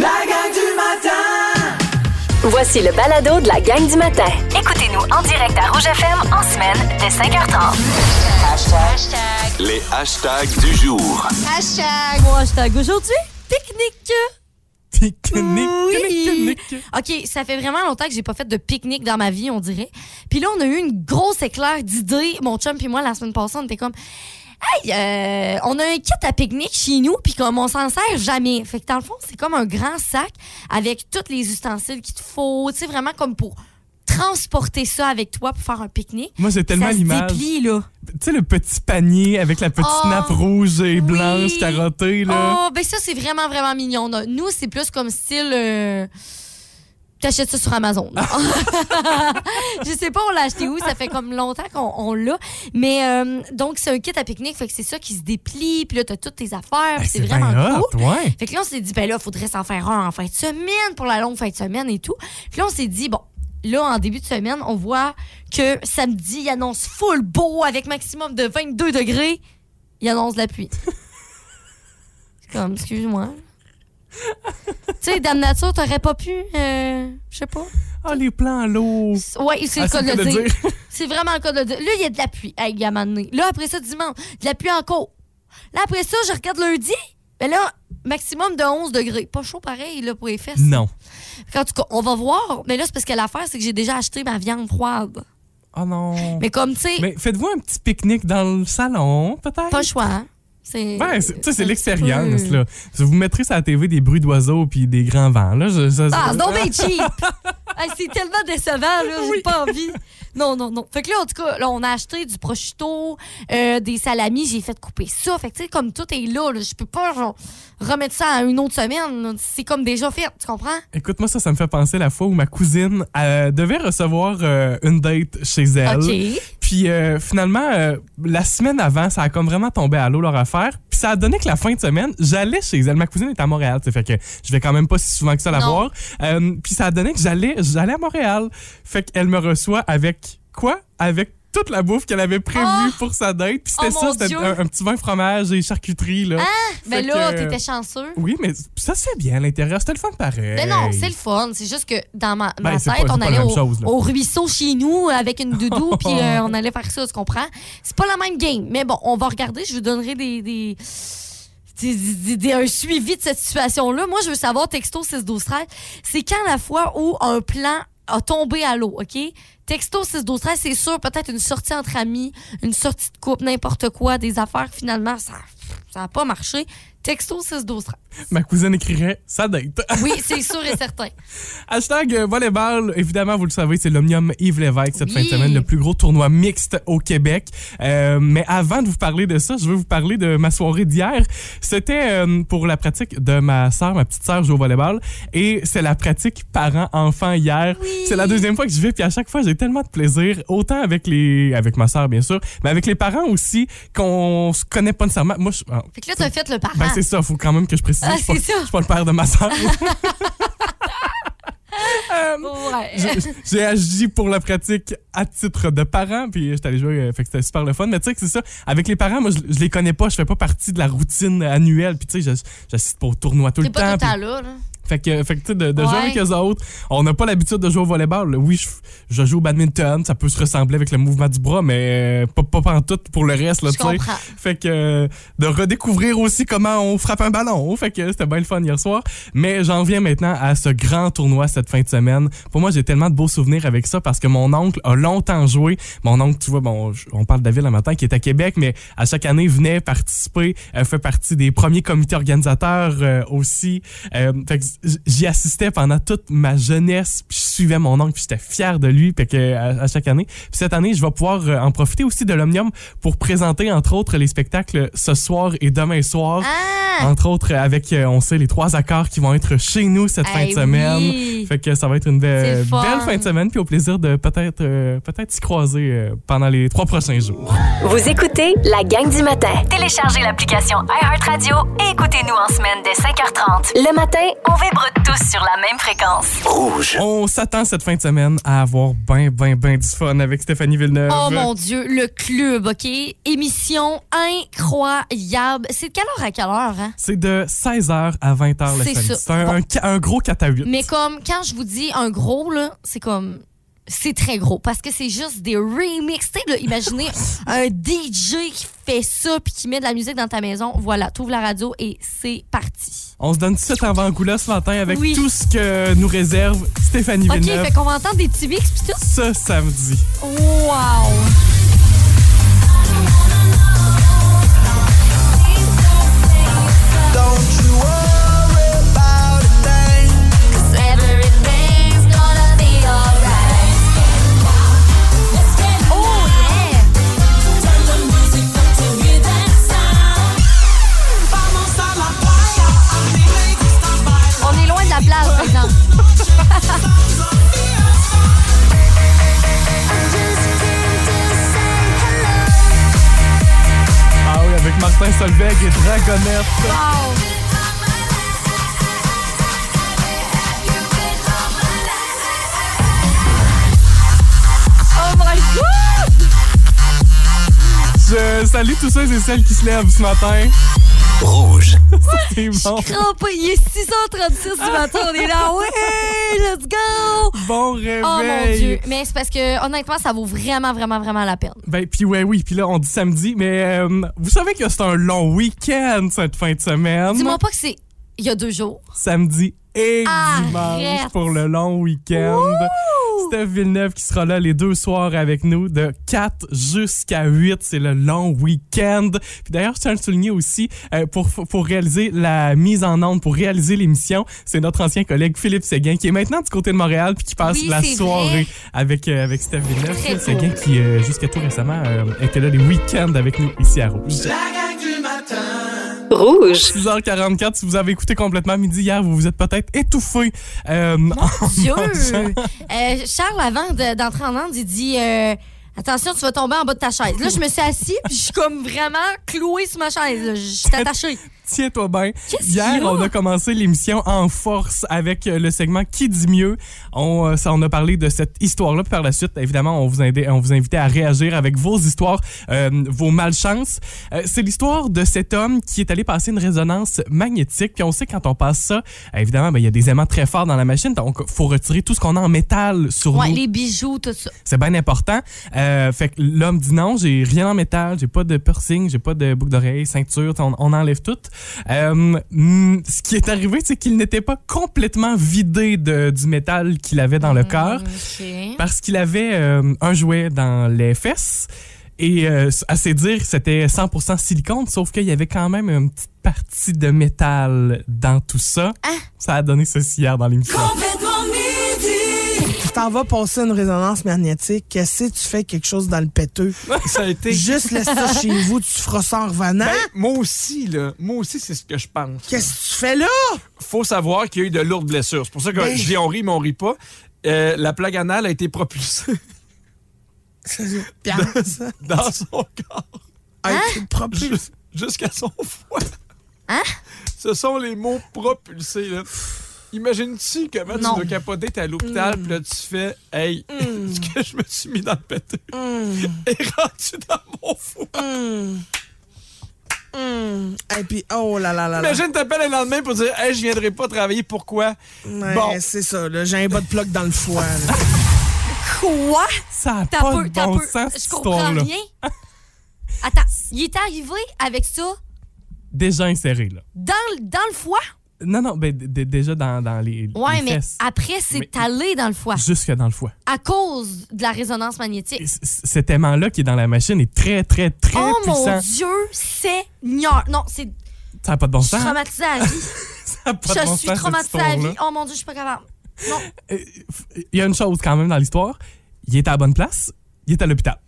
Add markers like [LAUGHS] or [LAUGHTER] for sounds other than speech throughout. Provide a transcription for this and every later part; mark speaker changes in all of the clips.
Speaker 1: La gang du matin!
Speaker 2: Voici le balado de la gang du matin.
Speaker 3: Écoutez-nous en direct à Rouge FM en semaine dès 5h30.
Speaker 4: Les hashtags du jour.
Speaker 5: Hashtag. Mon hashtag aujourd'hui, pique-nique.
Speaker 6: Technique,
Speaker 5: Oui.
Speaker 6: technique,
Speaker 5: OK, ça fait vraiment longtemps que j'ai pas fait de pique-nique dans ma vie, on dirait. Puis là, on a eu une grosse éclair d'idées. Mon chum puis moi, la semaine passée, on était comme... Hey, euh, on a un kit à pique-nique chez nous, puis comme on s'en sert jamais. Fait que dans le fond, c'est comme un grand sac avec tous les ustensiles qu'il te faut. Tu sais, vraiment comme pour transporter ça avec toi pour faire un pique-nique.
Speaker 6: Moi, j'ai tellement
Speaker 5: ça se
Speaker 6: l'image. Tu
Speaker 5: déplie, là.
Speaker 6: sais, le petit panier avec la petite
Speaker 5: Oh,
Speaker 6: nappe rouge et
Speaker 5: oui.
Speaker 6: blanche carottée, là.
Speaker 5: Oh, ben ça, c'est vraiment, vraiment mignon. là. Nous, c'est plus comme style. euh, T'achètes ça sur Amazon.
Speaker 6: [LAUGHS]
Speaker 5: là. je sais pas, on l'a acheté où. Ça fait comme longtemps qu'on on l'a. Mais euh, donc, c'est un kit à pique-nique. Fait que c'est ça qui se déplie. Puis là, t'as toutes tes affaires.
Speaker 6: Ben,
Speaker 5: puis c'est vraiment
Speaker 6: bien hot,
Speaker 5: cool.
Speaker 6: ouais.
Speaker 5: Fait que là, on s'est dit, ben là, faudrait s'en faire un en fin de semaine pour la longue fin de semaine et tout. Puis là, on s'est dit, bon, là, en début de semaine, on voit que samedi, il annonce full beau avec maximum de 22 degrés. Il annonce de la pluie. C'est comme, excuse-moi. tu sais, Dame Nature, t'aurais pas pu, euh, je sais pas.
Speaker 6: Ah, les plans à l'eau.
Speaker 5: Ouais, c'est
Speaker 6: Ah,
Speaker 5: le cas
Speaker 6: c'est
Speaker 5: de
Speaker 6: le
Speaker 5: le
Speaker 6: cas de
Speaker 5: dire.
Speaker 6: le
Speaker 5: C'est vraiment le cas de le dire. Là, il y a de la pluie. Hey, il y a un moment donné. Là, après ça, dimanche, de la pluie encore. Là, après ça, je regarde lundi. Ben là, maximum de 11 degrés. Pas chaud pareil, là, pour les fesses.
Speaker 6: [LAUGHS] Non.
Speaker 5: En tout cas, on va voir. Mais là, c'est parce que l'affaire, c'est que j'ai déjà acheté ma viande froide.
Speaker 6: Oh non. Mais,
Speaker 5: Mais comme, tu sais,
Speaker 6: faites-vous un petit pique-nique dans le salon, peut-être?
Speaker 5: pas le choix. hein. C'est.
Speaker 6: Ben, c'est- tu sais, c'est
Speaker 5: un
Speaker 6: l'expérience,
Speaker 5: petit peu-
Speaker 6: là. Vous mettrez sur la TV des bruits d'oiseaux puis des grands vents, là. Je- je-
Speaker 5: Ah,
Speaker 6: je-
Speaker 5: non, mais cheap! [LAUGHS] Hey, c'est tellement décevant, là, j'ai pas envie. Non, non, non. Fait que là, en tout cas, là, on a acheté du prosciutto, euh, des salamis, j'ai fait couper ça. Fait que, tu sais, comme tout est là, là, je peux pas, genre, remettre ça à une autre semaine. là. C'est comme déjà fait, tu comprends?
Speaker 6: Écoute, moi, ça, ça me fait penser la fois où ma cousine euh, devait recevoir euh, une date chez elle.
Speaker 5: OK.
Speaker 6: Puis euh, finalement, euh, la semaine avant, ça a comme vraiment tombé à l'eau leur affaire. Puis ça a donné que la fin de semaine, j'allais chez elle. Ma cousine est à Montréal, tu sais, fait que je vais quand même pas si souvent que ça la
Speaker 5: Non.
Speaker 6: voir. Euh, puis ça a donné que j'allais, j'allais à Montréal. Fait qu'elle me reçoit avec quoi? Avec toute la bouffe qu'elle avait prévue
Speaker 5: Ah!
Speaker 6: pour sa date. Puis
Speaker 5: Oh
Speaker 6: c'était
Speaker 5: mon
Speaker 6: ça, c'était
Speaker 5: Dieu! Hein?
Speaker 6: un, un petit vin fromage et charcuterie, là.
Speaker 5: Mais
Speaker 6: Fait
Speaker 5: Ben là,
Speaker 6: que-
Speaker 5: t'étais chanceux.
Speaker 6: Oui, mais ça se fait bien à l'intérieur. C'était le fun pareil.
Speaker 5: Mais Ben non, c'est le fun. C'est juste que dans ma, ma
Speaker 6: Ben, c'est
Speaker 5: tête,
Speaker 6: pas-
Speaker 5: on
Speaker 6: c'est pas la
Speaker 5: allait
Speaker 6: même
Speaker 5: au,
Speaker 6: chose, là.
Speaker 5: au ruisseau chez nous avec une doudou,
Speaker 6: [LAUGHS]
Speaker 5: puis euh, on allait faire ça, tu comprends? C'est pas la même game. Mais bon, on va regarder. Je vous donnerai des. des... des- des- des- un suivi de cette situation-là. Moi, je veux savoir, texto 612 13 c'est quand la fois où un plan a tombé à l'eau, OK? Texto 612 13 c'est sûr, peut-être une sortie entre amis, une sortie de couple, n'importe quoi, des affaires, finalement, ça ça a pas marché. Texto 612 13
Speaker 6: Ma cousine écrirait sa date.
Speaker 5: Oui, c'est sûr et certain.
Speaker 6: Hashtag euh, volleyball, évidemment, vous le savez, c'est l'Omnium Yves Lévesque cette
Speaker 5: Oui.
Speaker 6: fin de semaine, le plus gros tournoi mixte au Québec. Euh, mais avant de vous parler de ça, je veux vous parler de ma soirée d'hier. C'était euh, pour la pratique de ma sœur, ma petite sœur joue au volleyball, et c'est la pratique parents-enfants hier. C'est la deuxième fois que je vais, puis à chaque fois, j'ai tellement de plaisir, autant avec les, avec ma sœur bien sûr, mais avec les parents aussi, qu'on se connaît pas nécessairement. Moi, je, ah,
Speaker 5: Fait que là, t'as fait le parent.
Speaker 6: ben c'est ça, faut quand même que je précise.
Speaker 5: Ah,
Speaker 6: je suis pas-
Speaker 5: c'est ça.
Speaker 6: je suis pas le père de ma sœur.
Speaker 5: Ouais.
Speaker 6: Je- [LAUGHS] j'ai agi pour la pratique à titre de parent, puis j'étais allé jouer, euh, fait que c'était super le fun. Mais tu sais que c'est ça, avec les parents, moi, je, je les connais pas, je fais pas partie de la routine annuelle, puis tu sais, je- j'assiste pas au tournoi tout
Speaker 5: T'es
Speaker 6: le
Speaker 5: pas
Speaker 6: temps.
Speaker 5: tout le temps
Speaker 6: puis-
Speaker 5: là. là.
Speaker 6: fait que, fait que tu sais, de, de jouer
Speaker 5: Ouais.
Speaker 6: avec eux autres, on n'a pas l'habitude de jouer au volleyball. là. Oui, je, je joue au badminton, ça peut se ressembler avec le mouvement du bras, mais euh, pas, pas pantoute pour le reste, là,
Speaker 5: Je
Speaker 6: tu sais.
Speaker 5: comprends.
Speaker 6: Fait que euh, de redécouvrir aussi comment on frappe un ballon. Fait que c'était bien le fun hier soir. Mais j'en viens maintenant à ce grand tournoi cette fin de semaine. Pour moi, j'ai tellement de beaux souvenirs avec ça parce que mon oncle a longtemps joué. Mon oncle, tu vois, bon, je- on parle de David le matin qui est à Québec, mais à chaque année venait participer, euh, fait partie des premiers comités organisateurs euh, aussi. Euh, fait que j- j'y assistais pendant toute ma jeunesse, puis je suivais mon oncle, puis j'étais fier de lui, fait que à, à chaque année. Puis cette année, je vais pouvoir euh, en profiter aussi de l'Omnium pour présenter entre autres les spectacles ce soir et demain soir.
Speaker 5: Ah!
Speaker 6: Entre autres avec, euh, on sait, les trois accords qui vont être chez nous cette fin
Speaker 5: Eh
Speaker 6: de semaine.
Speaker 5: oui.
Speaker 6: Fait que ça va être une be-
Speaker 5: C'est le fun.
Speaker 6: belle fin de semaine, puis au plaisir de peut-être euh, peut-être s'y croiser euh, pendant les trois prochains jours.
Speaker 2: Vous écoutez la gang du matin.
Speaker 3: Téléchargez l'application iHeartRadio et écoutez-nous en semaine dès 5h30.
Speaker 2: Le matin,
Speaker 3: On va Vibre tous sur la même fréquence.
Speaker 4: Rouge.
Speaker 6: On s'attend cette fin de semaine à avoir ben, ben, ben du fun avec Stéphanie Villeneuve.
Speaker 5: Oh mon Dieu, le club, OK? Émission incroyable. C'est de quelle heure à quelle heure, hein?
Speaker 6: C'est de 16h à 20h le
Speaker 5: C'est
Speaker 6: samedi.
Speaker 5: ça.
Speaker 6: C'est un, un ca- un gros 4 à 8.
Speaker 5: Mais comme, quand je vous dis un gros, là, c'est comme. C'est très gros parce que c'est juste des remixes. Tu sais, là,
Speaker 6: [LAUGHS]
Speaker 5: imaginez un DJ qui fait ça puis qui met de la musique dans ta maison. Voilà, t'ouvres la radio et c'est parti.
Speaker 6: On se donne tout de suite avant-goût ce matin avec
Speaker 5: Oui.
Speaker 6: tout ce que nous réserve Stéphanie
Speaker 5: OK,
Speaker 6: Villeneuve
Speaker 5: fait qu'on va entendre des petits mix puis tout.
Speaker 6: ce samedi.
Speaker 5: Wow!
Speaker 1: Don't you worry about a thing.
Speaker 5: Oh yeah!
Speaker 1: Vamos a la playa. A
Speaker 5: On
Speaker 1: mí me gusta bailar.
Speaker 5: est loin de la plage, par exemple.
Speaker 6: Ah oui, avec Martin Solveig et Dragonette.
Speaker 5: Wow! Oh my God!
Speaker 6: Je salue tous ceux et celles qui se lèvent ce matin.
Speaker 4: Rouge.
Speaker 5: [LAUGHS]
Speaker 6: C'est bon.
Speaker 5: Crampé, il est 6h36 du matin, on
Speaker 6: [LAUGHS]
Speaker 5: est là, ouais, let's go!
Speaker 6: Bon
Speaker 5: Oh mon Dieu!
Speaker 6: réveil.
Speaker 5: Mais c'est parce que, honnêtement, ça vaut vraiment, vraiment, vraiment la peine.
Speaker 6: ben puis ouais oui, puis là on dit samedi, mais euh, vous savez que c'est un long week-end cette fin de semaine.
Speaker 5: Dis-moi pas que c'est il y a
Speaker 6: [LAUGHS]
Speaker 5: deux jours.
Speaker 6: samedi et
Speaker 5: Arrête.
Speaker 6: dimanche pour le long week-end. Steph Villeneuve qui sera là les deux soirs avec nous de 4 jusqu'à 8. C'est le long week-end. Puis d'ailleurs, je tiens à le souligner aussi, euh, pour, pour réaliser la mise en onde, pour réaliser l'émission, c'est notre ancien collègue Philippe Séguin qui est maintenant du côté de Montréal puis qui passe
Speaker 5: Oui,
Speaker 6: la
Speaker 5: c'est
Speaker 6: soirée
Speaker 5: vrai.
Speaker 6: avec, euh, avec Steph Villeneuve.
Speaker 5: Très
Speaker 6: Philippe Séguin qui, euh, jusqu'à tout récemment, euh, était là les week-ends avec nous ici à Rouge.
Speaker 1: La gang du matin.
Speaker 2: Rouge.
Speaker 6: 6h44, si vous avez écouté complètement midi hier, vous vous êtes peut-être étouffé. Euh,
Speaker 5: Dieu!
Speaker 6: Dieu.
Speaker 5: Euh, Charles, avant de- d'entrer en Inde, il dit euh, Attention, tu vas tomber en bas de ta chaise. Là, je me suis assise, puis je suis comme vraiment clouée sur ma chaise. là. Je suis attachée.
Speaker 6: [LAUGHS] Tiens-toi bien.
Speaker 5: Qu'est-ce
Speaker 6: Hier,
Speaker 5: qu'il y a?
Speaker 6: on a commencé l'émission en force avec euh, le segment Qui dit mieux. On, euh, ça, on a parlé de cette histoire-là. Puis Par la suite, évidemment, on vous, indé- on vous invitait à réagir avec vos histoires, euh, vos malchances. Euh, c'est l'histoire de cet homme qui est allé passer une résonance magnétique. Puis on sait quand on passe ça, euh, évidemment, ben, il y a des aimants très forts dans la machine. Donc, faut retirer tout ce qu'on a en métal sur
Speaker 5: Ouais,
Speaker 6: nous.
Speaker 5: les bijoux, tout ça.
Speaker 6: C'est bien important. Euh, fait que l'homme dit non, j'ai rien en métal, j'ai pas de piercing, j'ai pas de boucle d'oreille, ceinture, on, on enlève tout. Euh, mm, ce qui est arrivé, c'est qu'il n'était pas complètement vidé de- du métal qu'il avait dans le corps
Speaker 5: OK.
Speaker 6: parce qu'il avait euh, un jouet dans les fesses. Et euh, à ses dires, c'était 100% silicone, sauf qu'il y avait quand même une petite partie de métal dans tout ça. Ça a donné ceci hier dans l'émission.
Speaker 1: Complètement midi.
Speaker 7: Tu t'en vas passer une résonance magnétique. Qu'est-ce que tu fais quelque chose dans le péteux?
Speaker 8: Ça
Speaker 6: [LAUGHS]
Speaker 8: a été.
Speaker 7: Juste laisse ça
Speaker 8: [LAUGHS]
Speaker 7: chez vous, tu feras ça en revenant.
Speaker 8: Ben, moi aussi, là. Moi aussi, c'est ce que je pense.
Speaker 7: Qu'est-ce que tu fais
Speaker 8: [LAUGHS]
Speaker 7: là?
Speaker 8: Faut savoir qu'il y a eu de lourdes blessures. C'est pour ça que
Speaker 7: Ben-
Speaker 8: je dis on rit, mais on rit pas. Euh, la plaque anale a été propulsée
Speaker 7: Pierre,
Speaker 8: Ben.
Speaker 7: ça Hein?
Speaker 8: dans son [LAUGHS] corps
Speaker 7: a été propulsé.
Speaker 8: jus- jusqu'à son foie.
Speaker 5: Hein?
Speaker 8: Ce sont les mots propulsés, là. Imagine-tu comment
Speaker 5: Non. Mm.
Speaker 8: tu dois capoter, t'es à l'hôpital, puis là, tu fais Hey, [LAUGHS] ce que je me suis mis dans le péteux
Speaker 5: Mm.
Speaker 8: et rendu dans mon foie.
Speaker 7: Et puis, oh là là là là.
Speaker 8: Imagine, t'appelles un lendemain pour dire Hey, je viendrai pas travailler, pourquoi
Speaker 7: Ouais,
Speaker 8: Bon.
Speaker 7: C'est ça, là, j'ai un bas de plaque dans le foie. là.
Speaker 8: [LAUGHS]
Speaker 5: Quoi?
Speaker 6: Ça a
Speaker 5: T'as
Speaker 6: pas
Speaker 5: peu,
Speaker 6: de
Speaker 5: t'as
Speaker 6: bon
Speaker 5: peu.
Speaker 6: sens, cette
Speaker 5: Je comprends
Speaker 6: histoire-là.
Speaker 5: rien.
Speaker 6: [LAUGHS]
Speaker 5: Attends, il est arrivé avec ça
Speaker 6: Déjà inséré, là.
Speaker 5: dans, le- dans le foie?
Speaker 6: Non, non, ben, d- d- déjà dans, dans les,
Speaker 5: Ouais,
Speaker 6: les
Speaker 5: mais
Speaker 6: fesses.
Speaker 5: après, c'est
Speaker 6: Mais-
Speaker 5: allé dans le foie
Speaker 6: Jusque dans le foie.
Speaker 5: à cause de la résonance magnétique.
Speaker 6: Et c- c- cet aimant-là qui est dans la machine est très, très, très
Speaker 5: Oh
Speaker 6: puissant.
Speaker 5: mon Dieu, Seigneur! Non, c'est.
Speaker 6: Ça n'a pas de bon
Speaker 5: Je suis
Speaker 6: sens.
Speaker 5: traumatisée à vie.
Speaker 6: Ça a hein? [LAUGHS] pas de
Speaker 5: Je
Speaker 6: bon
Speaker 5: suis
Speaker 6: sens, cette
Speaker 5: traumatisée à
Speaker 6: histoire-là.
Speaker 5: vie. Oh mon Dieu, je suis pas capable. Non.
Speaker 6: Euh, f- Il y a une chose quand même dans l'histoire. Il est à la bonne place. Il est à l'hôpital.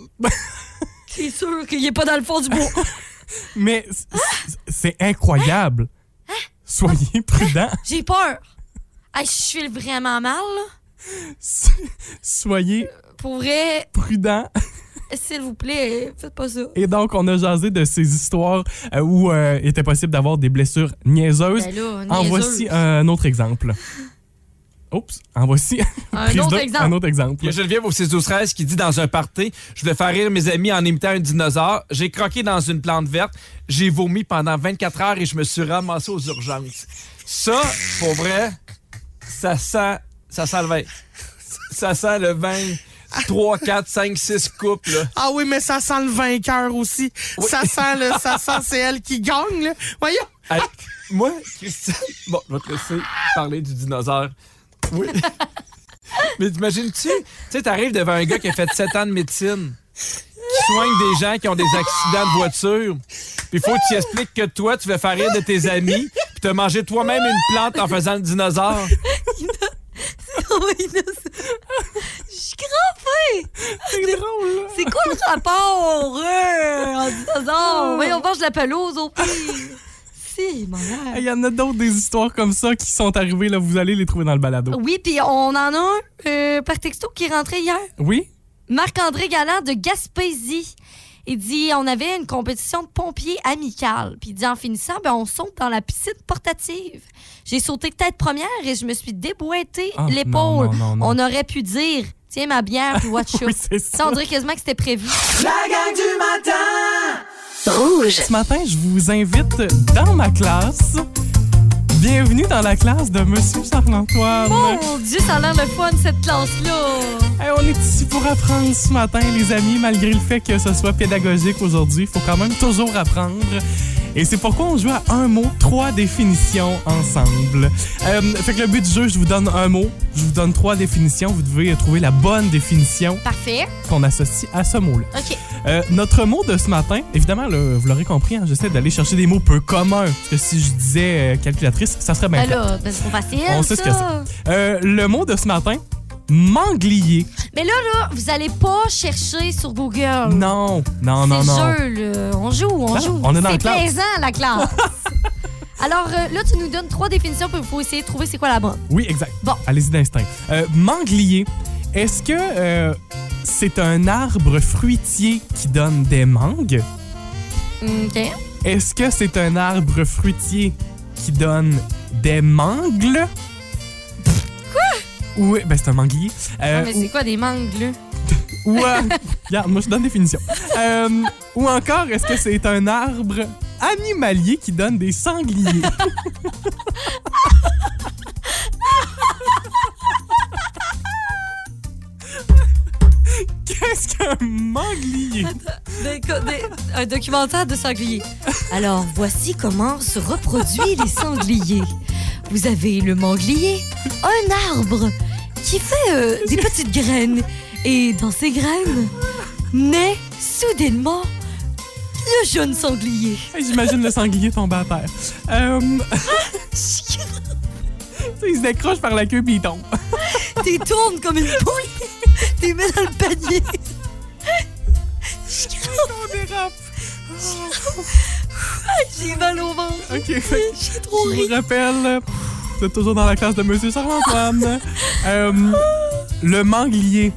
Speaker 5: C'est sûr qu'il est pas dans le fond du
Speaker 6: [LAUGHS]
Speaker 5: bois.
Speaker 6: Mais c-
Speaker 5: Ah!
Speaker 6: c- c'est incroyable.
Speaker 5: Hein?
Speaker 6: Soyez prudents. [LAUGHS]
Speaker 5: J'ai peur. Hey, je suis vraiment mal. là.
Speaker 6: Soyez
Speaker 5: Pour vrai,
Speaker 6: prudents.
Speaker 5: s'il vous plaît, faites pas ça.
Speaker 6: Et donc, on a jasé de ces histoires euh, où euh, était possible d'avoir des blessures niaiseuses.
Speaker 5: Ben là,
Speaker 6: en
Speaker 5: niaiseuse.
Speaker 6: voici un autre exemple. Oups, en voici
Speaker 5: Un
Speaker 6: prise
Speaker 5: autre
Speaker 6: de-
Speaker 5: exemple.
Speaker 6: un autre exemple.
Speaker 8: Il y a Geneviève au 6 12 13 qui dit dans un party Je voulais faire rire mes amis en imitant un dinosaure. J'ai croqué dans une plante verte. J'ai vomi pendant 24 heures et je me suis ramassé aux urgences. Ça, pour vrai, ça sent, ça sent le vin. Ça sent le vin. 3, 4, 5, 6 coupes. là.
Speaker 7: Ah oui, mais ça sent le vainqueur aussi. Ça sent le, ça sent c'est elle qui gagne, là. Voyons.
Speaker 8: Hey, moi, Christian, [LAUGHS] bon, je vais te laisser parler du dinosaure. Oui. [LAUGHS] Mais t'imagines-tu, tu sais, t'arrives devant un gars qui a fait 7 ans de médecine, qui soigne des gens qui ont des accidents de voiture, puis il faut que tu expliques que toi, tu veux faire rire de tes amis, puis t'as mangé toi-même une plante en faisant le dinosaure.
Speaker 5: [LAUGHS] Oui, là, c'est- Je suis crampée! C'est drôle, C'est quoi le rapport euh, en
Speaker 6: Ah.
Speaker 5: dinosaure? Oui, on mange la pelouse au pire. Si, mon
Speaker 6: Hey,
Speaker 5: gars.
Speaker 6: Il y en a d'autres des histoires comme ça qui sont arrivées, là, vous allez les trouver dans le balado.
Speaker 5: Oui, puis on en a un euh, par texto qui est rentré hier.
Speaker 6: Oui?
Speaker 5: Marc-André Galland de Gaspésie. Il dit on avait une compétition de pompiers amicale. Puis il dit en finissant, ben, on saute dans la piscine portative. J'ai sauté tête première et je me suis déboîté
Speaker 6: Ah,
Speaker 5: l'épaule.
Speaker 6: non, non, non, non.
Speaker 5: On aurait pu dire tiens ma bière
Speaker 6: [LAUGHS]
Speaker 5: puis watch
Speaker 6: Oui,
Speaker 5: out.
Speaker 6: c'est ça.
Speaker 5: Ça, on dirait quasiment que c'était prévu.
Speaker 1: La gang du matin
Speaker 2: Rouge.
Speaker 6: Ce matin, je vous invite dans ma classe. Bienvenue dans la classe de Monsieur Charles-Antoine.
Speaker 5: Oh, Mon Dieu, ça a l'air le fun, cette classe-là.
Speaker 6: Hey, on est ici pour apprendre ce matin, les amis, malgré le fait que ce soit pédagogique aujourd'hui. Il faut quand même toujours apprendre. Et c'est pourquoi on joue à un mot, trois définitions ensemble. Euh, fait que le but du jeu, je vous donne un mot, je vous donne trois définitions. Vous devez trouver la bonne définition
Speaker 5: Parfait.
Speaker 6: qu'on associe à ce mot-là.
Speaker 5: OK.
Speaker 6: Euh, notre mot de ce matin, évidemment, là, vous l'aurez compris, hein, j'essaie d'aller chercher des mots peu communs. Parce que si je disais euh, calculatrice, ça serait bien.
Speaker 5: Ben
Speaker 6: plate.
Speaker 5: là, ben, c'est trop facile.
Speaker 6: On sait ce que
Speaker 5: ça.
Speaker 6: Euh, le mot de ce matin, manglier.
Speaker 5: Mais là, là, vous allez pas chercher sur Google.
Speaker 6: Non, non, non,
Speaker 5: Ah C'est
Speaker 6: non.
Speaker 5: le jeu, là. On joue, on
Speaker 6: Non,
Speaker 5: joue.
Speaker 6: on est dans la
Speaker 5: C'est
Speaker 6: classe.
Speaker 5: plaisant, la
Speaker 6: [LAUGHS]
Speaker 5: classe. Alors euh, là, tu nous donnes trois définitions pour, pour essayer de trouver c'est quoi la bonne.
Speaker 6: Oui, exact.
Speaker 5: Bon.
Speaker 6: Allez-y d'instinct. Euh, manglier, est-ce que euh, c'est un arbre fruitier qui donne des mangues?
Speaker 5: OK. Ah,
Speaker 6: Est-ce que c'est un arbre fruitier qui donne des mangles? Quoi? Oui, ben c'est un manglier. Euh,
Speaker 5: Non, Ah, mais c'est quoi des mangues, là?
Speaker 6: ou, euh, [LAUGHS] regarde, moi je donne définition. Euh, ou encore, est-ce que c'est un arbre animalier qui donne des sangliers? [LAUGHS] Qu'est-ce qu'un manglier?
Speaker 5: Des co- des- un documentaire de sangliers. Alors, voici comment se reproduit les sangliers. Vous avez le manglier, un arbre qui fait euh, des petites graines. Et dans ces graines, naît soudainement le jeune sanglier.
Speaker 6: J'imagine le sanglier tomber à terre. Euh, tu sais, il se décroche par la queue puis il tombe.
Speaker 5: T'es tournes comme une poule. T'es mets dans le panier.
Speaker 6: On dérape.
Speaker 5: Ah, J'ai mal au ventre.
Speaker 6: Ok, [LAUGHS] fait que-
Speaker 5: J'ai trop
Speaker 6: Je
Speaker 5: ri.
Speaker 6: vous rappelle, euh, vous êtes toujours dans la classe de Monsieur
Speaker 5: [LAUGHS]
Speaker 6: Charles-Antoine. Euh, le manglier.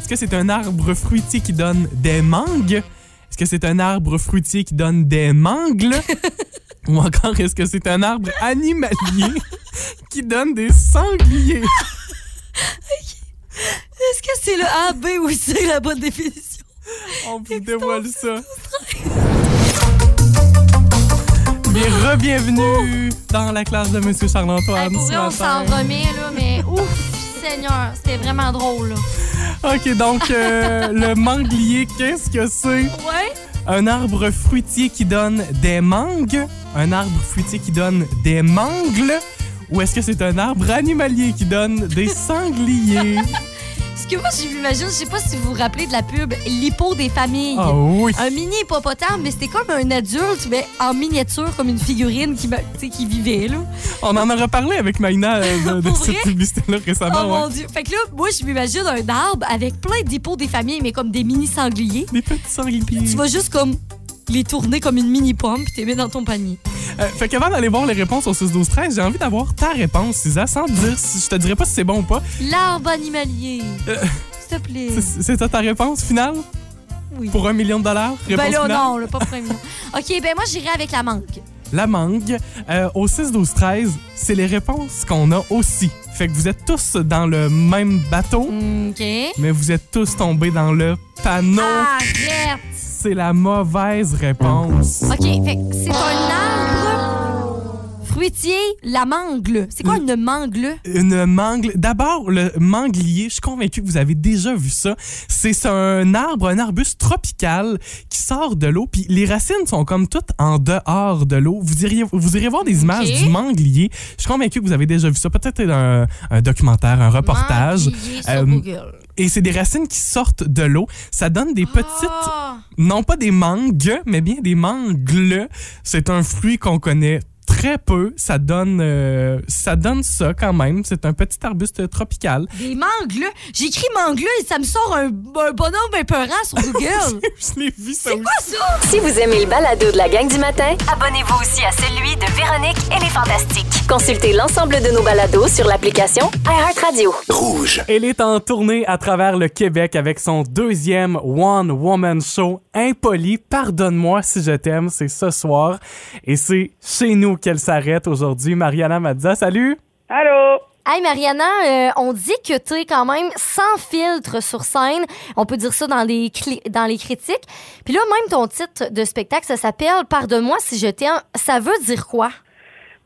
Speaker 6: Est-ce que c'est un arbre fruitier qui donne des mangues? Est-ce que c'est un arbre fruitier qui donne des
Speaker 5: [LAUGHS]
Speaker 6: mangles? Ou encore, est-ce que c'est un arbre animalier [LAUGHS] qui donne des sangliers?
Speaker 5: Est-ce que c'est le A, B ou c'est la bonne définition?
Speaker 6: On vous dévoile ça. Bien, re-bienvenue dans la classe de Monsieur Charles-Antoine.
Speaker 5: Hey, Ben,
Speaker 6: ce
Speaker 5: pour vrai, on s'en
Speaker 6: matin.
Speaker 5: remet, là, [LAUGHS] mais ouf, Seigneur, c'était vraiment drôle, là.
Speaker 6: OK, donc euh,
Speaker 5: [LAUGHS]
Speaker 6: le manglier, qu'est-ce que c'est?
Speaker 5: Ouais?
Speaker 6: Un arbre fruitier qui donne des mangues? Un arbre fruitier qui donne des mangles? Ou est-ce que c'est un arbre animalier qui donne
Speaker 5: [LAUGHS]
Speaker 6: des sangliers?
Speaker 5: Parce que moi, je m'imagine, je sais pas si vous vous rappelez de la pub L'hippo des familles.
Speaker 6: Ah oui!
Speaker 5: Un mini hippopotame, mais c'était comme un adulte, mais en miniature, comme une figurine qui, me- tu sais, qui vivait, là.
Speaker 6: On en a reparlé avec Maïna euh, de,
Speaker 5: [LAUGHS]
Speaker 6: de
Speaker 5: Pour vrai?
Speaker 6: cette publicité-là
Speaker 5: Oh
Speaker 6: récemment.
Speaker 5: mon
Speaker 6: Ah, ben ouais.
Speaker 5: Dieu. Fait que là, moi, je m'imagine un arbre avec plein de dépôts des familles, mais comme des mini sangliers.
Speaker 6: Des petits sangliers.
Speaker 5: Tu vas juste comme les tourner comme une mini pomme puis t'es mets dans ton panier.
Speaker 6: Euh, fait qu'avant d'aller voir les réponses au 6-12-13, j'ai envie d'avoir ta réponse, Isa, sans te dire si je te dirais pas si c'est bon ou pas.
Speaker 5: L'arbre animalier.
Speaker 6: Euh.
Speaker 5: S'il te plaît.
Speaker 6: C'est- C'est ça ta réponse finale?
Speaker 5: Oui.
Speaker 6: Pour un million de dollars?
Speaker 5: Ben
Speaker 6: Réponse
Speaker 5: là,
Speaker 6: finale?
Speaker 5: non, là, pas pour un million. [LAUGHS] OK, ben moi, j'irai avec la mangue.
Speaker 6: La mangue. Euh, au 6-12-13, c'est les réponses qu'on a aussi. Fait que vous êtes tous dans le même bateau,
Speaker 5: Mm, OK.
Speaker 6: mais vous êtes tous tombés dans le panneau.
Speaker 5: Ah! Arrête!
Speaker 6: C'est la mauvaise réponse.
Speaker 5: OK, fait que c'est un arbre fruitier, la mangle. C'est quoi une mangle?
Speaker 6: Une mangle. D'abord, le manglier, je suis convaincu que vous avez déjà vu ça. C'est un arbre, un arbuste tropical qui sort de l'eau, puis les racines sont comme toutes en dehors de l'eau. Vous, iriez- vous irez voir des images du manglier. Je suis convaincu que vous avez déjà vu ça. Peut-être un, un documentaire, un reportage.
Speaker 5: Manglier sur
Speaker 6: Euh,
Speaker 5: Google.
Speaker 6: Et c'est des racines qui sortent de l'eau. Ça donne des petites
Speaker 5: Ah!
Speaker 6: non pas des mangues, mais bien des mangles. C'est un fruit qu'on connaît très peu. Ça donne, euh, ça donne ça quand même. C'est un petit arbuste tropical.
Speaker 5: Des mangles. J'écris mangle et ça me sort un, un bonhomme épeurant sur Google.
Speaker 6: [LAUGHS] Je l'ai vu ça. aussi.
Speaker 2: Si vous aimez le balado de la gang du matin,
Speaker 3: Abonnez-vous aussi à celui de Véronique et les Fantastiques.
Speaker 2: consultez l'ensemble de nos balados sur l'application iHeartRadio.
Speaker 4: Rouge.
Speaker 6: Elle est en tournée à travers le Québec avec son deuxième One Woman Show Impoli. Pardonne-moi si je t'aime, c'est ce soir. Et c'est chez nous qu'elle s'arrête aujourd'hui. Mariana Mazza, salut!
Speaker 5: Hey Mariana, euh, on dit que tu es quand même sans filtre sur scène. On peut dire ça dans les, cli- dans les critiques. Puis là, même ton titre de spectacle, ça s'appelle Pardonne-moi si je t'aime. Ça veut dire quoi?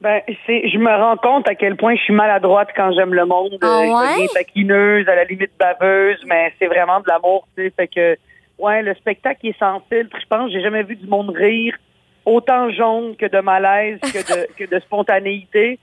Speaker 9: Ben, c'est, je me rends compte à quel point je suis maladroite quand j'aime le monde.
Speaker 5: Ah
Speaker 9: Euh,
Speaker 5: ouais?
Speaker 9: Je deviens taquineuse, à la limite baveuse, mais c'est vraiment de l'amour, tu sais. Fait que, ouais, le spectacle il est sans filtre. Je pense, que j'ai jamais vu du monde rire autant jaune que de malaise, que
Speaker 5: [LAUGHS]
Speaker 9: de, que de spontanéité.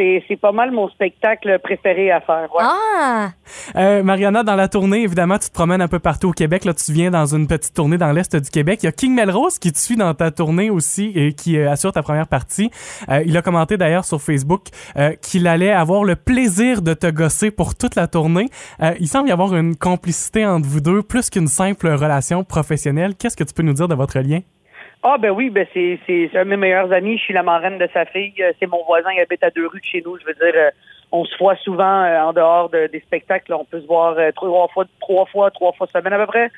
Speaker 9: C'est, c'est pas mal mon spectacle préféré à faire. Ouais.
Speaker 5: Ah!
Speaker 6: Euh, Mariana, dans la tournée, évidemment, tu te promènes un peu partout au Québec. Là, tu viens dans une petite tournée dans l'Est du Québec. Il y a King Melrose qui te suit dans ta tournée aussi et qui euh, assure ta première partie. Euh, il a commenté d'ailleurs sur Facebook euh, qu'il allait avoir le plaisir de te gosser pour toute la tournée. Euh, il semble y avoir une complicité entre vous deux, plus qu'une simple relation professionnelle. Qu'est-ce que tu peux nous dire de votre lien?
Speaker 9: Ah ben oui, ben c'est, c'est, c'est un de mes meilleurs amis. Je suis la marraine de sa fille. Euh, C'est mon voisin. Il habite à deux rues de chez nous. Je veux dire, euh, on se voit souvent euh, en dehors de- des spectacles. On peut se voir euh, trois fois, trois fois, trois fois semaine à peu près.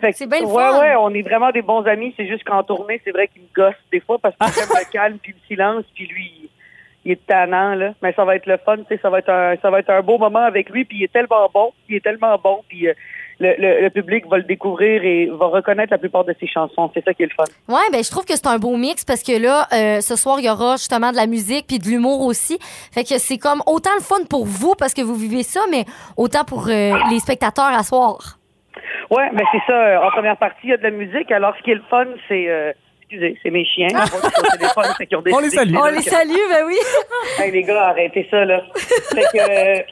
Speaker 9: Fait que,
Speaker 5: Ah! C'est bien le
Speaker 9: ouais,
Speaker 5: fun.
Speaker 9: ouais, on est vraiment des bons amis. C'est juste qu'en tournée, c'est vrai qu'il me gosse des fois parce que j'aime
Speaker 5: [LAUGHS]
Speaker 9: le calme puis le silence puis lui, il est tannant là. Mais ça va être le fun, tu sais, ça va être un, ça va être un beau moment avec lui. Puis il est tellement bon, il est tellement bon. Puis euh, le, le- le public va le découvrir et va reconnaître la plupart de ses chansons. C'est ça qui est le fun.
Speaker 5: Ouais, ben je trouve que c'est un beau mix parce que là, euh, ce soir, il y aura justement de la musique puis de l'humour aussi. Fait que c'est comme autant le fun pour vous parce que vous vivez ça, mais autant pour euh, les spectateurs à soir.
Speaker 9: Ouais, ben c'est ça. euh, En première partie, il y a de la musique. Alors, ce qui est le fun, c'est... euh, excusez, c'est
Speaker 6: [LAUGHS]
Speaker 9: mes chiens. On voit qu'ils sont au téléphone, fait qu'ils ont
Speaker 6: On les
Speaker 9: décidé
Speaker 6: salue.
Speaker 9: que-
Speaker 5: On les salue, ben oui.
Speaker 9: Hey, les gars, arrêtez ça, là. Fait que... euh,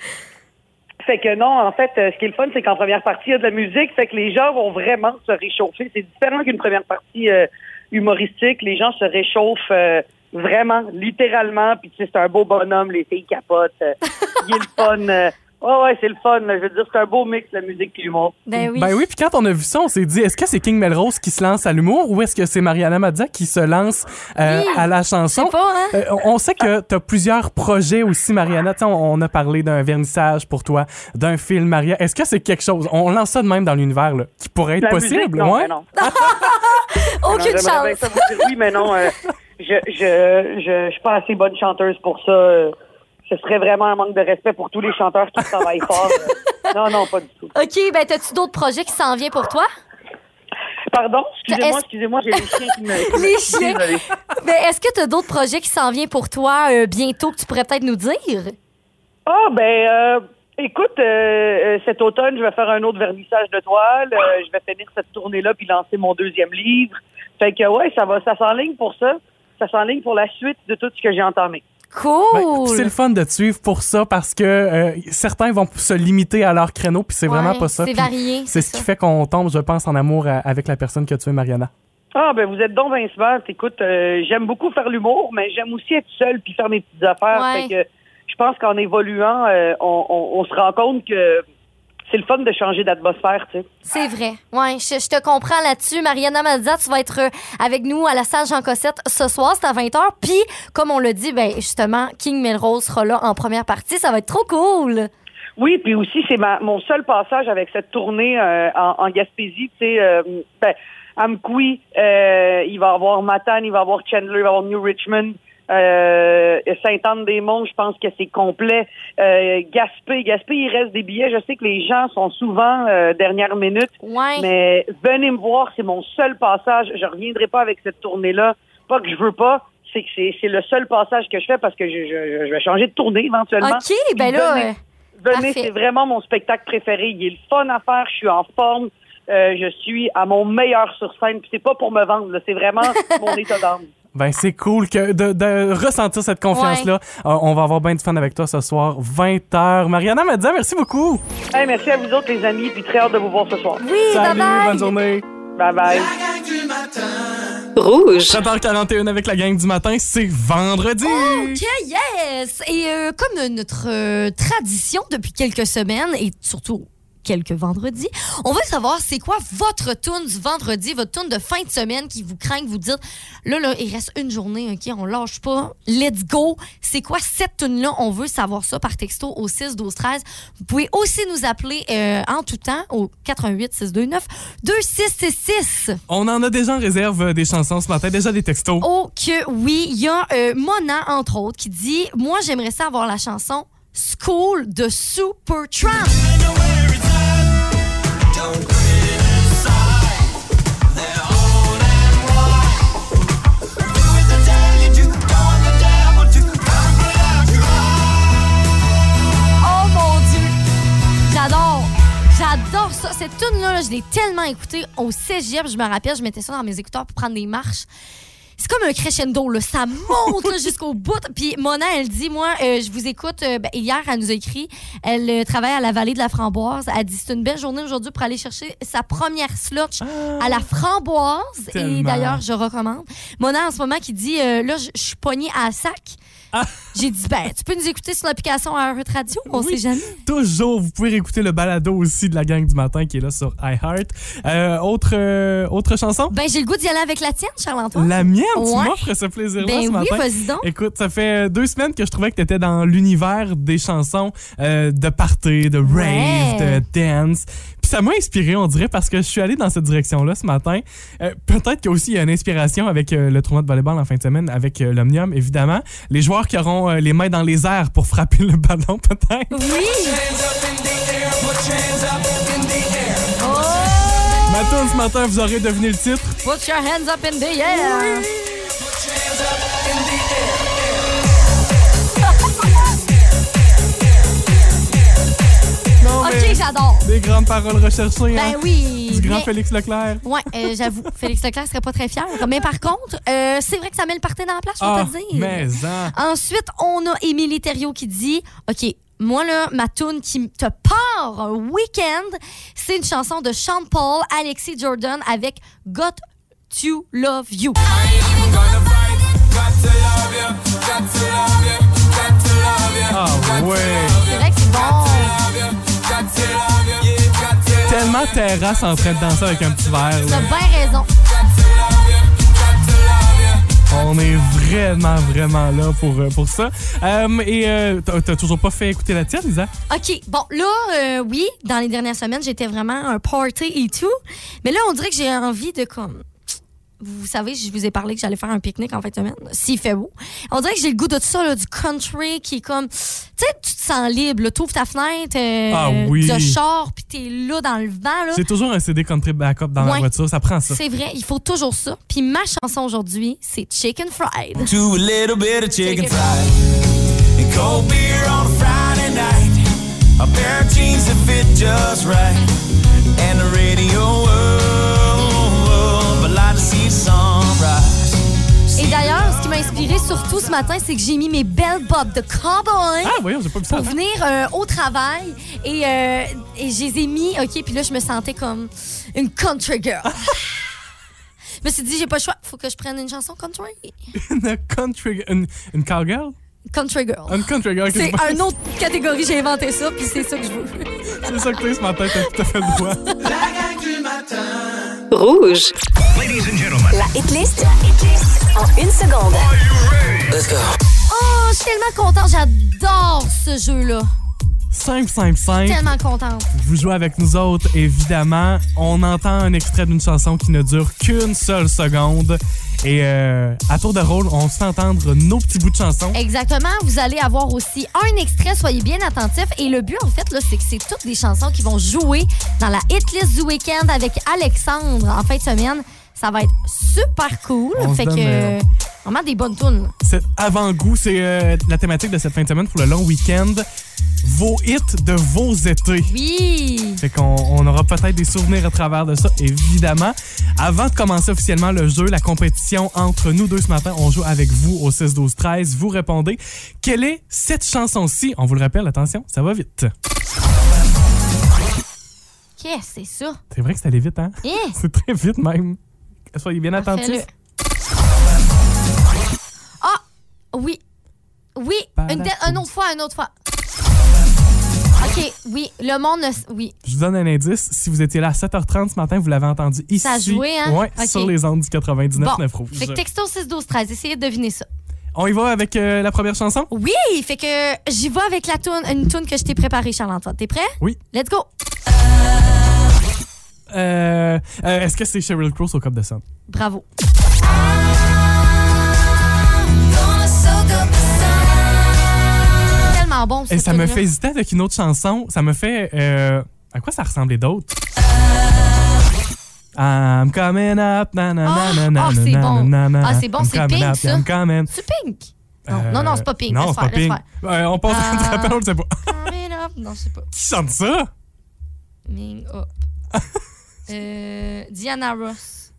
Speaker 9: Fait que non, en fait, euh, ce qui est le fun, c'est qu'en première partie, il y a de la musique, fait que les gens vont vraiment se réchauffer. C'est différent qu'une première partie euh, humoristique. Les gens se réchauffent euh, vraiment, littéralement. Puis tu sais, c'est un beau bonhomme, les filles capotent. Euh, Il est le fun. euh, ouais, ouais, c'est le fun. là. Je veux dire, c'est un beau mix, la musique et l'humour.
Speaker 5: Ben oui.
Speaker 6: Ben oui, puis quand on a vu ça, on s'est dit, est-ce que c'est King Melrose qui se lance à l'humour ou est-ce que c'est Mariana Mazza qui se lance euh, à la
Speaker 5: Je
Speaker 6: chanson?
Speaker 5: sais pas, hein?
Speaker 6: Euh, on on sait que tu as plusieurs projets aussi, Mariana. Tu sais, On, on a parlé d'un vernissage pour toi, d'un film, Maria. Est-ce que c'est quelque chose, on lance ça de même dans l'univers, là, qui pourrait être
Speaker 9: La
Speaker 6: possible?
Speaker 9: musique, non,
Speaker 6: ouais? Ben,
Speaker 9: mais non. Non,
Speaker 5: Aucune
Speaker 9: Ben, j'aimerais bien
Speaker 5: chance.
Speaker 9: ça vous dire oui, mais
Speaker 5: [LAUGHS]
Speaker 9: non, euh, je, je, je, je suis pas assez bonne chanteuse pour ça. euh, Ce serait vraiment un manque de respect pour tous les chanteurs qui
Speaker 5: [LAUGHS]
Speaker 9: travaillent fort. euh. Non, non, pas du tout.
Speaker 5: OK, ben t'as-tu d'autres projets qui s'en viennent pour toi?
Speaker 9: Pardon, excusez-moi,
Speaker 5: Est-ce-
Speaker 9: excusez-moi, j'ai les chiens qui me... qui me-
Speaker 5: Les chiens.
Speaker 9: Désolée.
Speaker 5: Ben, est-ce que t'as d'autres projets qui s'en viennent pour toi euh, bientôt que tu pourrais peut-être nous dire?
Speaker 9: Ah, ben, euh, écoute, euh, euh, cet automne, je vais faire un autre vernissage de toile. Euh, je vais finir cette tournée-là puis lancer mon deuxième livre. Fait que, ouais, ça va, ça s'enligne pour ça. Ça s'enligne pour la suite de tout ce que j'ai entamé.
Speaker 6: Ben, puis
Speaker 5: Cool!
Speaker 6: c'est le fun de te suivre pour ça parce que euh, certains vont se limiter à leur créneau, puis c'est vraiment
Speaker 5: Ouais,
Speaker 6: pas ça.
Speaker 5: C'est
Speaker 6: Puis
Speaker 5: varié.
Speaker 6: C'est ce qui fait qu'on tombe, je pense, en amour à- avec la personne que tu es, Mariana.
Speaker 9: Ah ben vous êtes donc bien smart. Écoute, euh, j'aime beaucoup faire l'humour, mais j'aime aussi être seule puis faire mes petites affaires.
Speaker 5: Ouais.
Speaker 9: Fait que je pense qu'en évoluant, euh, on, on- on se rend compte que c'est le fun de changer d'atmosphère, tu sais.
Speaker 5: C'est vrai. Ouais, je, je te comprends là-dessus. Mariana Mazza, tu vas être euh, avec nous à la salle Jean Cossette ce soir, c'est à 20h. Puis, comme on l'a dit, ben justement, King Melrose sera là en première partie. Ça va être trop cool.
Speaker 9: Oui, puis aussi, c'est ma, mon seul passage avec cette tournée euh, en, en Gaspésie. Tu sais, euh, ben, Amqui, euh, il va y avoir Matane, il va y avoir Chandler, il va y avoir New Richmond. Euh, Sainte-Anne-des-Monts, je pense que c'est complet. Euh, Gaspé, Gaspé, il reste des billets. Je sais que les gens sont souvent euh, dernière minute.
Speaker 5: Ouais.
Speaker 9: Mais venez me voir, c'est mon seul passage. Je reviendrai pas avec cette tournée-là. Pas que je veux pas, c'est que c'est c'est le seul passage que je fais parce que je, je- je vais changer de tournée éventuellement.
Speaker 5: OK, ben là,
Speaker 9: Venez.
Speaker 5: euh,
Speaker 9: Venez,
Speaker 5: Parfait.
Speaker 9: c'est vraiment mon spectacle préféré. Il est le fun à faire, je suis en forme, euh, je suis à mon meilleur sur scène. Puis c'est pas pour me vendre, là,
Speaker 5: [LAUGHS]
Speaker 9: c'est vraiment mon état d'âme.
Speaker 6: Ben, c'est cool que de, de ressentir cette confiance-là. Euh, on va avoir bien du fun avec toi ce soir, 20h. Mariana Madza, merci beaucoup.
Speaker 9: Hey, merci à vous autres, les amis, puis très hâte de vous voir ce soir.
Speaker 5: oui,
Speaker 6: Salut,
Speaker 5: bye-bye.
Speaker 6: bonne journée.
Speaker 9: Bye bye.
Speaker 2: Rouge.
Speaker 6: 7h41 avec la gang du matin, c'est vendredi.
Speaker 5: OK, yes! Et euh, comme notre euh, tradition depuis quelques semaines et surtout quelques vendredis, on veut savoir c'est quoi votre tune du vendredi, votre tune de fin de semaine qui vous craint, que vous dites là, là, il reste une journée, OK, on lâche pas, let's go. C'est quoi cette tune-là? On veut savoir ça par texto au 6 12 13. Vous pouvez aussi nous appeler euh, en tout temps au 88 629 2666.
Speaker 6: On en a déjà en réserve euh, des chansons ce matin, déjà des textos.
Speaker 5: Oh que oui, il y a euh, Mona, entre autres, qui dit « Moi, j'aimerais ça avoir la chanson « School » de Supertramp Oh mon Dieu! J'adore! J'adore ça. Cette tune-là, là, je l'ai tellement écoutée au cégep. Je me rappelle, je mettais ça dans mes écouteurs pour prendre des marches. C'est comme un crescendo, là. ça monte là, jusqu'au bout. Puis Mona, elle dit, moi, euh, je vous écoute. Euh, ben, hier, elle nous a écrit, elle euh, travaille à la vallée de la framboise. Elle dit, c'est une belle journée aujourd'hui pour aller chercher sa première slotch à la framboise. Et
Speaker 6: Tellement.
Speaker 5: d'ailleurs, je recommande. Mona, en ce moment, qui dit, euh, là, je je suis poignée à sac. J'ai dit, ben, tu peux nous écouter sur l'application à Radio, on sait jamais.
Speaker 6: Toujours, vous pouvez écouter le balado aussi de la gang du matin qui est là sur iHeart. Euh, autre, euh, autre chanson?
Speaker 5: Ben, j'ai le goût d'y aller avec la tienne, Charles-Antoine.
Speaker 6: La mienne,
Speaker 5: Ouais.
Speaker 6: tu m'offres ce plaisir-là
Speaker 5: Ben
Speaker 6: ce
Speaker 5: oui,
Speaker 6: matin.
Speaker 5: vas-y donc.
Speaker 6: Écoute, ça fait euh, deux semaines que je trouvais que tu étais dans l'univers des chansons euh, de party, de rave,
Speaker 5: Ouais.
Speaker 6: de dance. Puis ça m'a inspiré, on dirait, parce que je suis allé dans cette direction-là ce matin. Euh, Peut-être qu'il y a aussi une inspiration avec euh, le tournoi de volleyball en fin de semaine, avec euh, l'Omnium, évidemment. Les joueurs qui auront euh, les mains dans les airs pour frapper le ballon, [LAUGHS] peut-être.
Speaker 5: Oui!
Speaker 6: Ma tune ce matin, vous aurez deviné le titre.
Speaker 5: Put your hands up in the air!
Speaker 6: Non,
Speaker 5: Ok, j'adore!
Speaker 6: Oh, mais des grandes paroles recherchées. hein.
Speaker 5: Ben oui!
Speaker 6: Du grand
Speaker 5: mais-
Speaker 6: Félix Leclerc.
Speaker 5: Ouais, euh, j'avoue, [LAUGHS] Félix Leclerc serait pas très fier. Mais par contre, euh, c'est vrai que ça met le party dans la place, je vais
Speaker 6: Ah,
Speaker 5: te le dire.
Speaker 6: mais hein.
Speaker 5: Ensuite, on a Émilie Thériault qui dit OK, moi, là, ma tune qui te part un week-end, c'est une chanson de Sean Paul, Alexis Jordan avec Got to Love You.
Speaker 6: Ah ouais.
Speaker 5: C'est vrai que c'est bon.
Speaker 6: Tellement terrasse en train de danser avec un petit verre. là.
Speaker 5: T'as bien raison.
Speaker 6: On est vraiment, vraiment là pour, euh, pour ça. Euh, et euh, t'as t'as toujours pas fait écouter la tienne, Lisa?
Speaker 5: OK, bon, là, euh, oui, dans les dernières semaines, j'étais vraiment un party et tout. Mais là, on dirait que j'ai envie de comme. Vous savez, je vous ai parlé que j'allais faire un pique-nique en fin de semaine, s'il fait beau. On dirait que j'ai le goût de tout ça, là, du country qui est comme. Tu sais, tu te sens libre, là. t'ouvres ta fenêtre, euh,
Speaker 6: Ah oui.
Speaker 5: de char, puis t'es là dans le vent, là.
Speaker 6: J'ai toujours un CD country backup dans la
Speaker 5: Ouais.
Speaker 6: voiture, ça prend ça.
Speaker 5: C'est vrai, il faut toujours ça. Puis ma chanson aujourd'hui, c'est Chicken Fried.
Speaker 1: Too little bit of chicken
Speaker 5: Chicken.
Speaker 1: fried and cold beer on a Friday night. A pair of jeans that fit just right and the radio. Oh, but like to see the sunrise.
Speaker 5: Et d'ailleurs, ce qui m'a inspiré surtout ce matin, c'est que j'ai mis mes belles bobs de cowboy.
Speaker 6: Ah, voyons, j'ai pas vu ça.
Speaker 5: pour venir euh, au travail et, euh, et je les ai mis, OK, puis là, je me sentais comme une country [LAUGHS] girl. je me suis dit, j'ai pas le choix, faut que je prenne une chanson country.
Speaker 6: Une country. Une, une cowgirl?
Speaker 5: Country girl.
Speaker 6: Une country girl,
Speaker 5: C'est
Speaker 6: qu'est-ce que-
Speaker 5: une autre catégorie, j'ai inventé ça, puis c'est ça que je veux.
Speaker 6: c'est ça que t'es ce matin, t'as tout à fait le droit.
Speaker 5: [LAUGHS]
Speaker 2: Rouge.
Speaker 3: La hitlist en une seconde.
Speaker 5: Oh, je suis tellement contente, j'adore ce jeu-là.
Speaker 6: Simple, simple, simple.
Speaker 5: Tellement contente.
Speaker 6: Vous jouez avec nous autres, évidemment. On entend un extrait d'une chanson qui ne dure qu'une seule seconde. Et euh, à tour de rôle, on se fait entendre nos petits bouts de chansons.
Speaker 5: Exactement. Vous allez avoir aussi un extrait. Soyez bien attentifs. Et le but, en fait, là, c'est que c'est toutes des chansons qui vont jouer dans la hit list du week-end avec Alexandre en fin de semaine. Ça va être super cool.
Speaker 6: On se
Speaker 5: fait que,
Speaker 6: donne, euh,
Speaker 5: euh, vraiment des bonnes tunes.
Speaker 6: Cet avant-goût, c'est euh, la thématique de cette fin de semaine pour le long week-end. Vos hits de vos étés.
Speaker 5: Oui.
Speaker 6: Fait qu'on on aura peut-être des souvenirs à travers de ça, évidemment. Avant de commencer officiellement le jeu, la compétition entre nous deux ce matin, on joue avec vous au 6-12-13. Vous répondez. Quelle est cette chanson-ci? On vous le rappelle, attention, ça va vite.
Speaker 5: Qu'est-ce que c'est ça?
Speaker 6: C'est vrai que ça allait vite, hein? [LAUGHS]
Speaker 5: Eh!
Speaker 6: C'est très vite même. Soyez bien attentifs.
Speaker 5: Fais-le. Ah! Oui. Oui. Une tête- une autre fois, une autre fois. OK. Oui. Le monde... ne- Oui.
Speaker 6: Je vous donne un indice. Si vous étiez là à 7h30 ce matin, vous l'avez entendu ici.
Speaker 5: Ça a joué, hein?
Speaker 6: Ouais,
Speaker 5: Ok.
Speaker 6: sur les ondes du 99
Speaker 5: Bon.
Speaker 6: 9 rouge.
Speaker 5: Fait que texto 6 12 13 essayez de deviner ça.
Speaker 6: On y va avec euh, la première chanson?
Speaker 5: Oui, fait que j'y vais avec la toune, une toune que je t'ai préparée, Charles-Antoine. T'es prêt?
Speaker 6: Oui.
Speaker 5: Let's go!
Speaker 6: Euh, euh, Est-ce que c'est Sheryl Crow au Cop de Sun?
Speaker 5: Bravo. Tellement bon,
Speaker 6: Et
Speaker 5: cette
Speaker 6: ça me
Speaker 5: toune-là.
Speaker 6: fait hésiter avec une autre chanson. Ça me fait. euh, à quoi ça ressemblait d'autre? I'm coming up, nanana,
Speaker 5: Ah,
Speaker 6: nanana,
Speaker 5: ah, c'est bon.
Speaker 6: nanana,
Speaker 5: Ah, c'est bon,
Speaker 6: I'm
Speaker 5: c'est
Speaker 6: coming
Speaker 5: Pink,
Speaker 6: up,
Speaker 5: ça.
Speaker 6: I'm coming.
Speaker 5: C'est Pink? Non,
Speaker 6: Euh,
Speaker 5: non, non, c'est pas Pink.
Speaker 6: Non,
Speaker 5: Laisse
Speaker 6: c'est pas
Speaker 5: faire, laisse
Speaker 6: Pink. Euh, on passe à
Speaker 5: Ah.
Speaker 6: un rappel, on ne sait pas. [LAUGHS]
Speaker 5: faire. Up. Non, je sais pas.
Speaker 6: Qui chante ça?
Speaker 5: Ming
Speaker 6: [LAUGHS]
Speaker 5: Up. Euh, Diana Ross.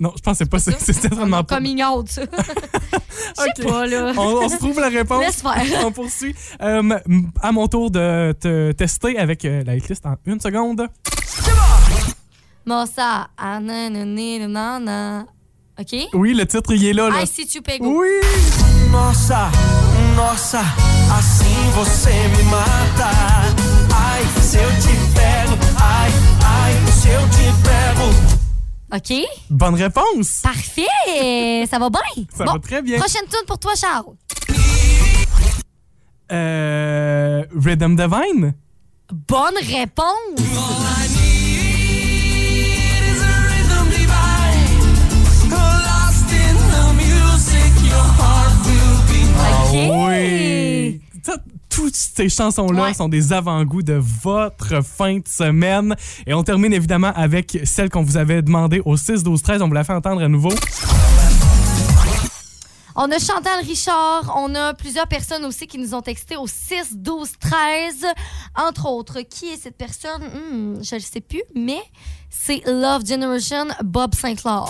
Speaker 6: Non, je pensais pas. C'est c'est certainement pas.
Speaker 5: Coming out,
Speaker 6: [LAUGHS]
Speaker 5: ça. Je sais
Speaker 6: Ok.
Speaker 5: pas, là.
Speaker 6: On, on
Speaker 5: [LAUGHS]
Speaker 6: se trouve la réponse.
Speaker 5: Laisse faire.
Speaker 6: [LAUGHS] On poursuit. Euh, m- à mon tour de te tester avec euh, la hitlist en une seconde.
Speaker 5: Mossa. Ah, nan, nan, nan, nan, nan. OK?
Speaker 6: Oui, le titre, il est Oh là. là.
Speaker 5: I see you, Pego.
Speaker 6: Oui!
Speaker 1: Nossa, nossa, assim você me mata. Ai, se eu te pego, ai, ai, se eu te pego.
Speaker 5: OK?
Speaker 6: Bonne réponse!
Speaker 5: Parfait! Ça va bien?
Speaker 6: Ça va très bien.
Speaker 5: Prochaine tourne pour toi, Charles.
Speaker 6: Euh, Rhythm Divine?
Speaker 5: Bonne réponse!
Speaker 1: It's a rhythm divine, lost in the music, your heart will be
Speaker 5: OK!
Speaker 6: Ah Oui! Ça, toutes ces chansons-là
Speaker 5: Ouais.
Speaker 6: sont des avant-goûts de votre fin de semaine. Et on termine évidemment avec celle qu'on vous avait demandée au 6-12-13. On vous la fait entendre à nouveau.
Speaker 5: On a Chantal Richard, on a plusieurs personnes aussi qui nous ont texté au 6, 12, 13. Entre autres, qui est cette personne? Hmm, je ne sais plus, mais c'est Love Generation Bob Sinclair.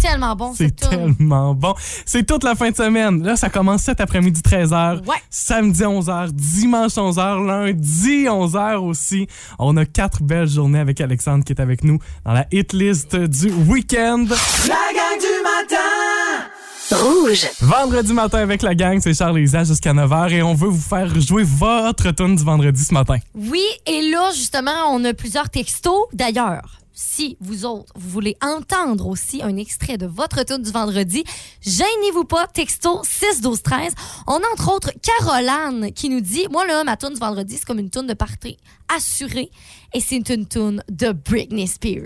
Speaker 5: Tellement bon,
Speaker 6: C'est
Speaker 5: cette tourne.
Speaker 6: tellement bon. C'est toute la fin de semaine. Là, ça commence cet après-midi 13h.
Speaker 5: Ouais.
Speaker 6: Samedi 11h, dimanche 11h, lundi 11h aussi. On a quatre belles journées avec Alexandre qui est avec nous dans la hit list du week-end.
Speaker 1: La gang du matin.
Speaker 2: Rouge.
Speaker 6: Vendredi matin avec la gang, c'est Charles Isa jusqu'à 9h et on veut vous faire jouer votre tune du vendredi ce matin.
Speaker 5: Oui, et là, justement, on a plusieurs textos. D'ailleurs, si vous autres, vous voulez entendre aussi un extrait de votre tour du vendredi, gênez-vous pas, texto 6 12 13 On a entre autres Caroline qui nous dit Moi, là, ma tourne du vendredi, c'est comme une tourne de party assurée et c'est une tourne de Britney Spears.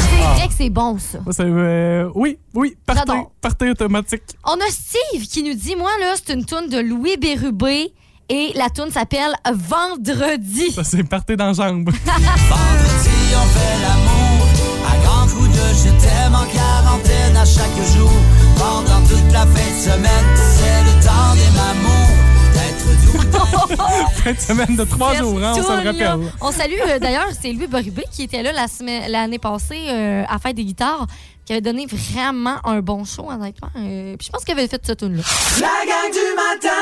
Speaker 5: C'est vrai que c'est bon, ça.
Speaker 6: Ça, c'est, euh, oui, oui, partez,
Speaker 5: J'adore.
Speaker 6: partez automatique.
Speaker 5: On a Steve qui nous dit Moi, là, c'est une tourne de Louis Bérubé et la tourne s'appelle Vendredi.
Speaker 6: Ça, c'est partez dans la jambe.
Speaker 1: [LAUGHS] Vendredi, on fait l'amour à grands coups de je t'aime en quarantaine à chaque jour. Pendant toute la fin de semaine, c'est le temps des mamours d'être doux.
Speaker 6: [LAUGHS] fin de semaine de trois
Speaker 5: Cette
Speaker 6: jours, hein, on se le
Speaker 5: toune, là.
Speaker 6: rappelle.
Speaker 5: On salue euh, d'ailleurs, c'est Louis Borubé qui était là la semaine- l'année passée euh, à faire des guitares, qui avait donné vraiment un bon show, honnêtement. Euh, puis je pense qu'il avait fait cette tune là
Speaker 1: La gang du matin.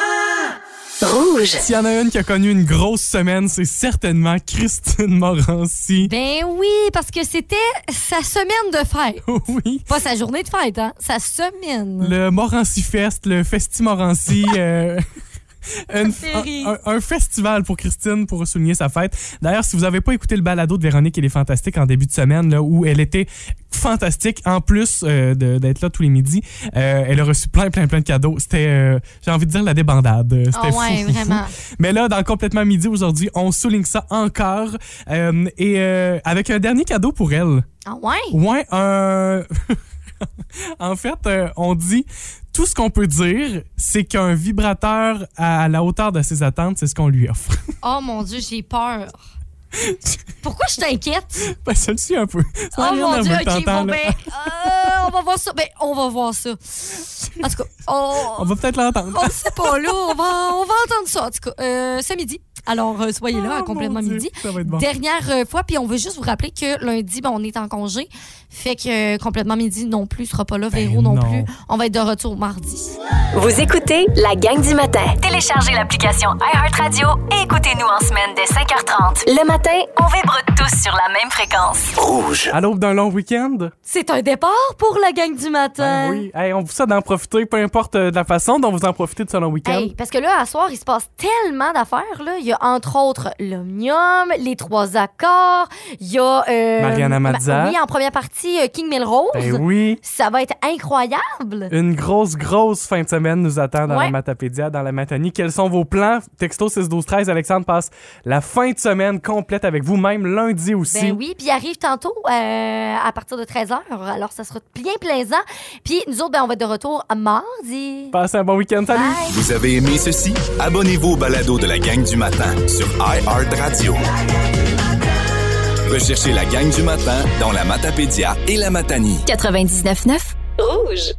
Speaker 2: Rouge.
Speaker 6: S'il y en a une qui a connu une grosse semaine, c'est certainement Christine Morancy. [LAUGHS]
Speaker 5: Ben oui, parce que c'était sa semaine de fête.
Speaker 6: Oui.
Speaker 5: Pas sa journée de fête, hein? Sa semaine. [LAUGHS]
Speaker 6: Le Morancy Fest, le Festi Morancy. euh, une-
Speaker 5: Série.
Speaker 6: un, un- un festival pour Christine pour souligner sa fête. D'ailleurs, si vous n'avez pas écouté le balado de Véronique et les Fantastiques en début de semaine, là, où elle était fantastique, en plus euh, de- d'être là tous les midis, euh, elle a reçu plein, plein, plein de cadeaux. C'était, euh, j'ai envie de dire, la débandade. C'était
Speaker 5: Ah ouais,
Speaker 6: fou, fou, fou.
Speaker 5: vraiment.
Speaker 6: [LAUGHS] Mais là, dans Complètement Midi aujourd'hui, on souligne ça encore. euh, et euh, avec un dernier cadeau pour elle.
Speaker 5: Ah ouais?
Speaker 6: Ouais, euh... [LAUGHS] en fait, euh, on dit tout ce qu'on peut dire, c'est qu'un vibrateur à la hauteur de ses attentes, c'est ce qu'on lui offre. [LAUGHS]
Speaker 5: Oh mon Dieu, j'ai peur. Pourquoi je t'inquiète?
Speaker 6: ben, ça le suit un peu. Ça a
Speaker 5: Oh
Speaker 6: l'air
Speaker 5: mon
Speaker 6: nerveux,
Speaker 5: Dieu, ok,
Speaker 6: t'entends,
Speaker 5: bon,
Speaker 6: là.
Speaker 5: ben, euh, on va voir ça. Ben, on va voir ça. En tout cas, on-
Speaker 6: [LAUGHS] On va peut-être l'entendre.
Speaker 5: On sait pas, là. On va, on va entendre ça, en tout cas. Euh, ce midi. Alors, euh, soyez là à
Speaker 6: Oh,
Speaker 5: complètement
Speaker 6: mon Dieu,
Speaker 5: midi.
Speaker 6: ça va être bon.
Speaker 5: Dernière euh, fois, puis on veut juste vous rappeler que lundi, ben, on est en congé. Fait que euh, complètement midi non plus sera pas là, Véro non,
Speaker 6: Ben non.
Speaker 5: plus. On va être de retour mardi.
Speaker 2: Vous écoutez la gang du matin.
Speaker 3: Téléchargez l'application iHeartRadio et écoutez-nous en semaine dès 5h30.
Speaker 2: Le matin,
Speaker 3: On vibre tous sur la même fréquence.
Speaker 5: Oh.
Speaker 4: Rouge.
Speaker 6: À l'aube d'un long week-end.
Speaker 5: C'est un départ pour la gang du
Speaker 6: Ben
Speaker 5: matin.
Speaker 6: oui. Hey, on vous souhaite d'en profiter, peu importe euh, de la façon dont vous en profitez de ce long week-end.
Speaker 5: Hey, parce que là, à soir, il se passe tellement d'affaires. là. Il y a entre autres l'Omnium, les trois accords, il y a. euh,
Speaker 6: Mariana Mazza.
Speaker 5: Ma- oui, en première partie, euh, King Melrose.
Speaker 6: Ben oui. Euh,
Speaker 5: Ça va être incroyable.
Speaker 6: Une grosse, grosse fin de semaine nous attend dans
Speaker 5: Ouais.
Speaker 6: la Matapédia, dans la Matanie. Quels sont vos plans? Texto 6 12 13 Alexandre passe la fin de semaine complète avec vous, même lundi aussi.
Speaker 5: Ben oui, puis il arrive tantôt euh, à partir de 13h. Alors, ça sera bien plaisant. Puis nous autres, ben, on va être de retour à mardi.
Speaker 6: Passez un bon week-end. Salut!
Speaker 5: Bye.
Speaker 4: Vous avez aimé ceci? Abonnez-vous au balado de la gang du matin sur iHeartRadio. Recherchez la gang du matin dans la Matapédia et la Matanie.
Speaker 2: 99.9 Rouge.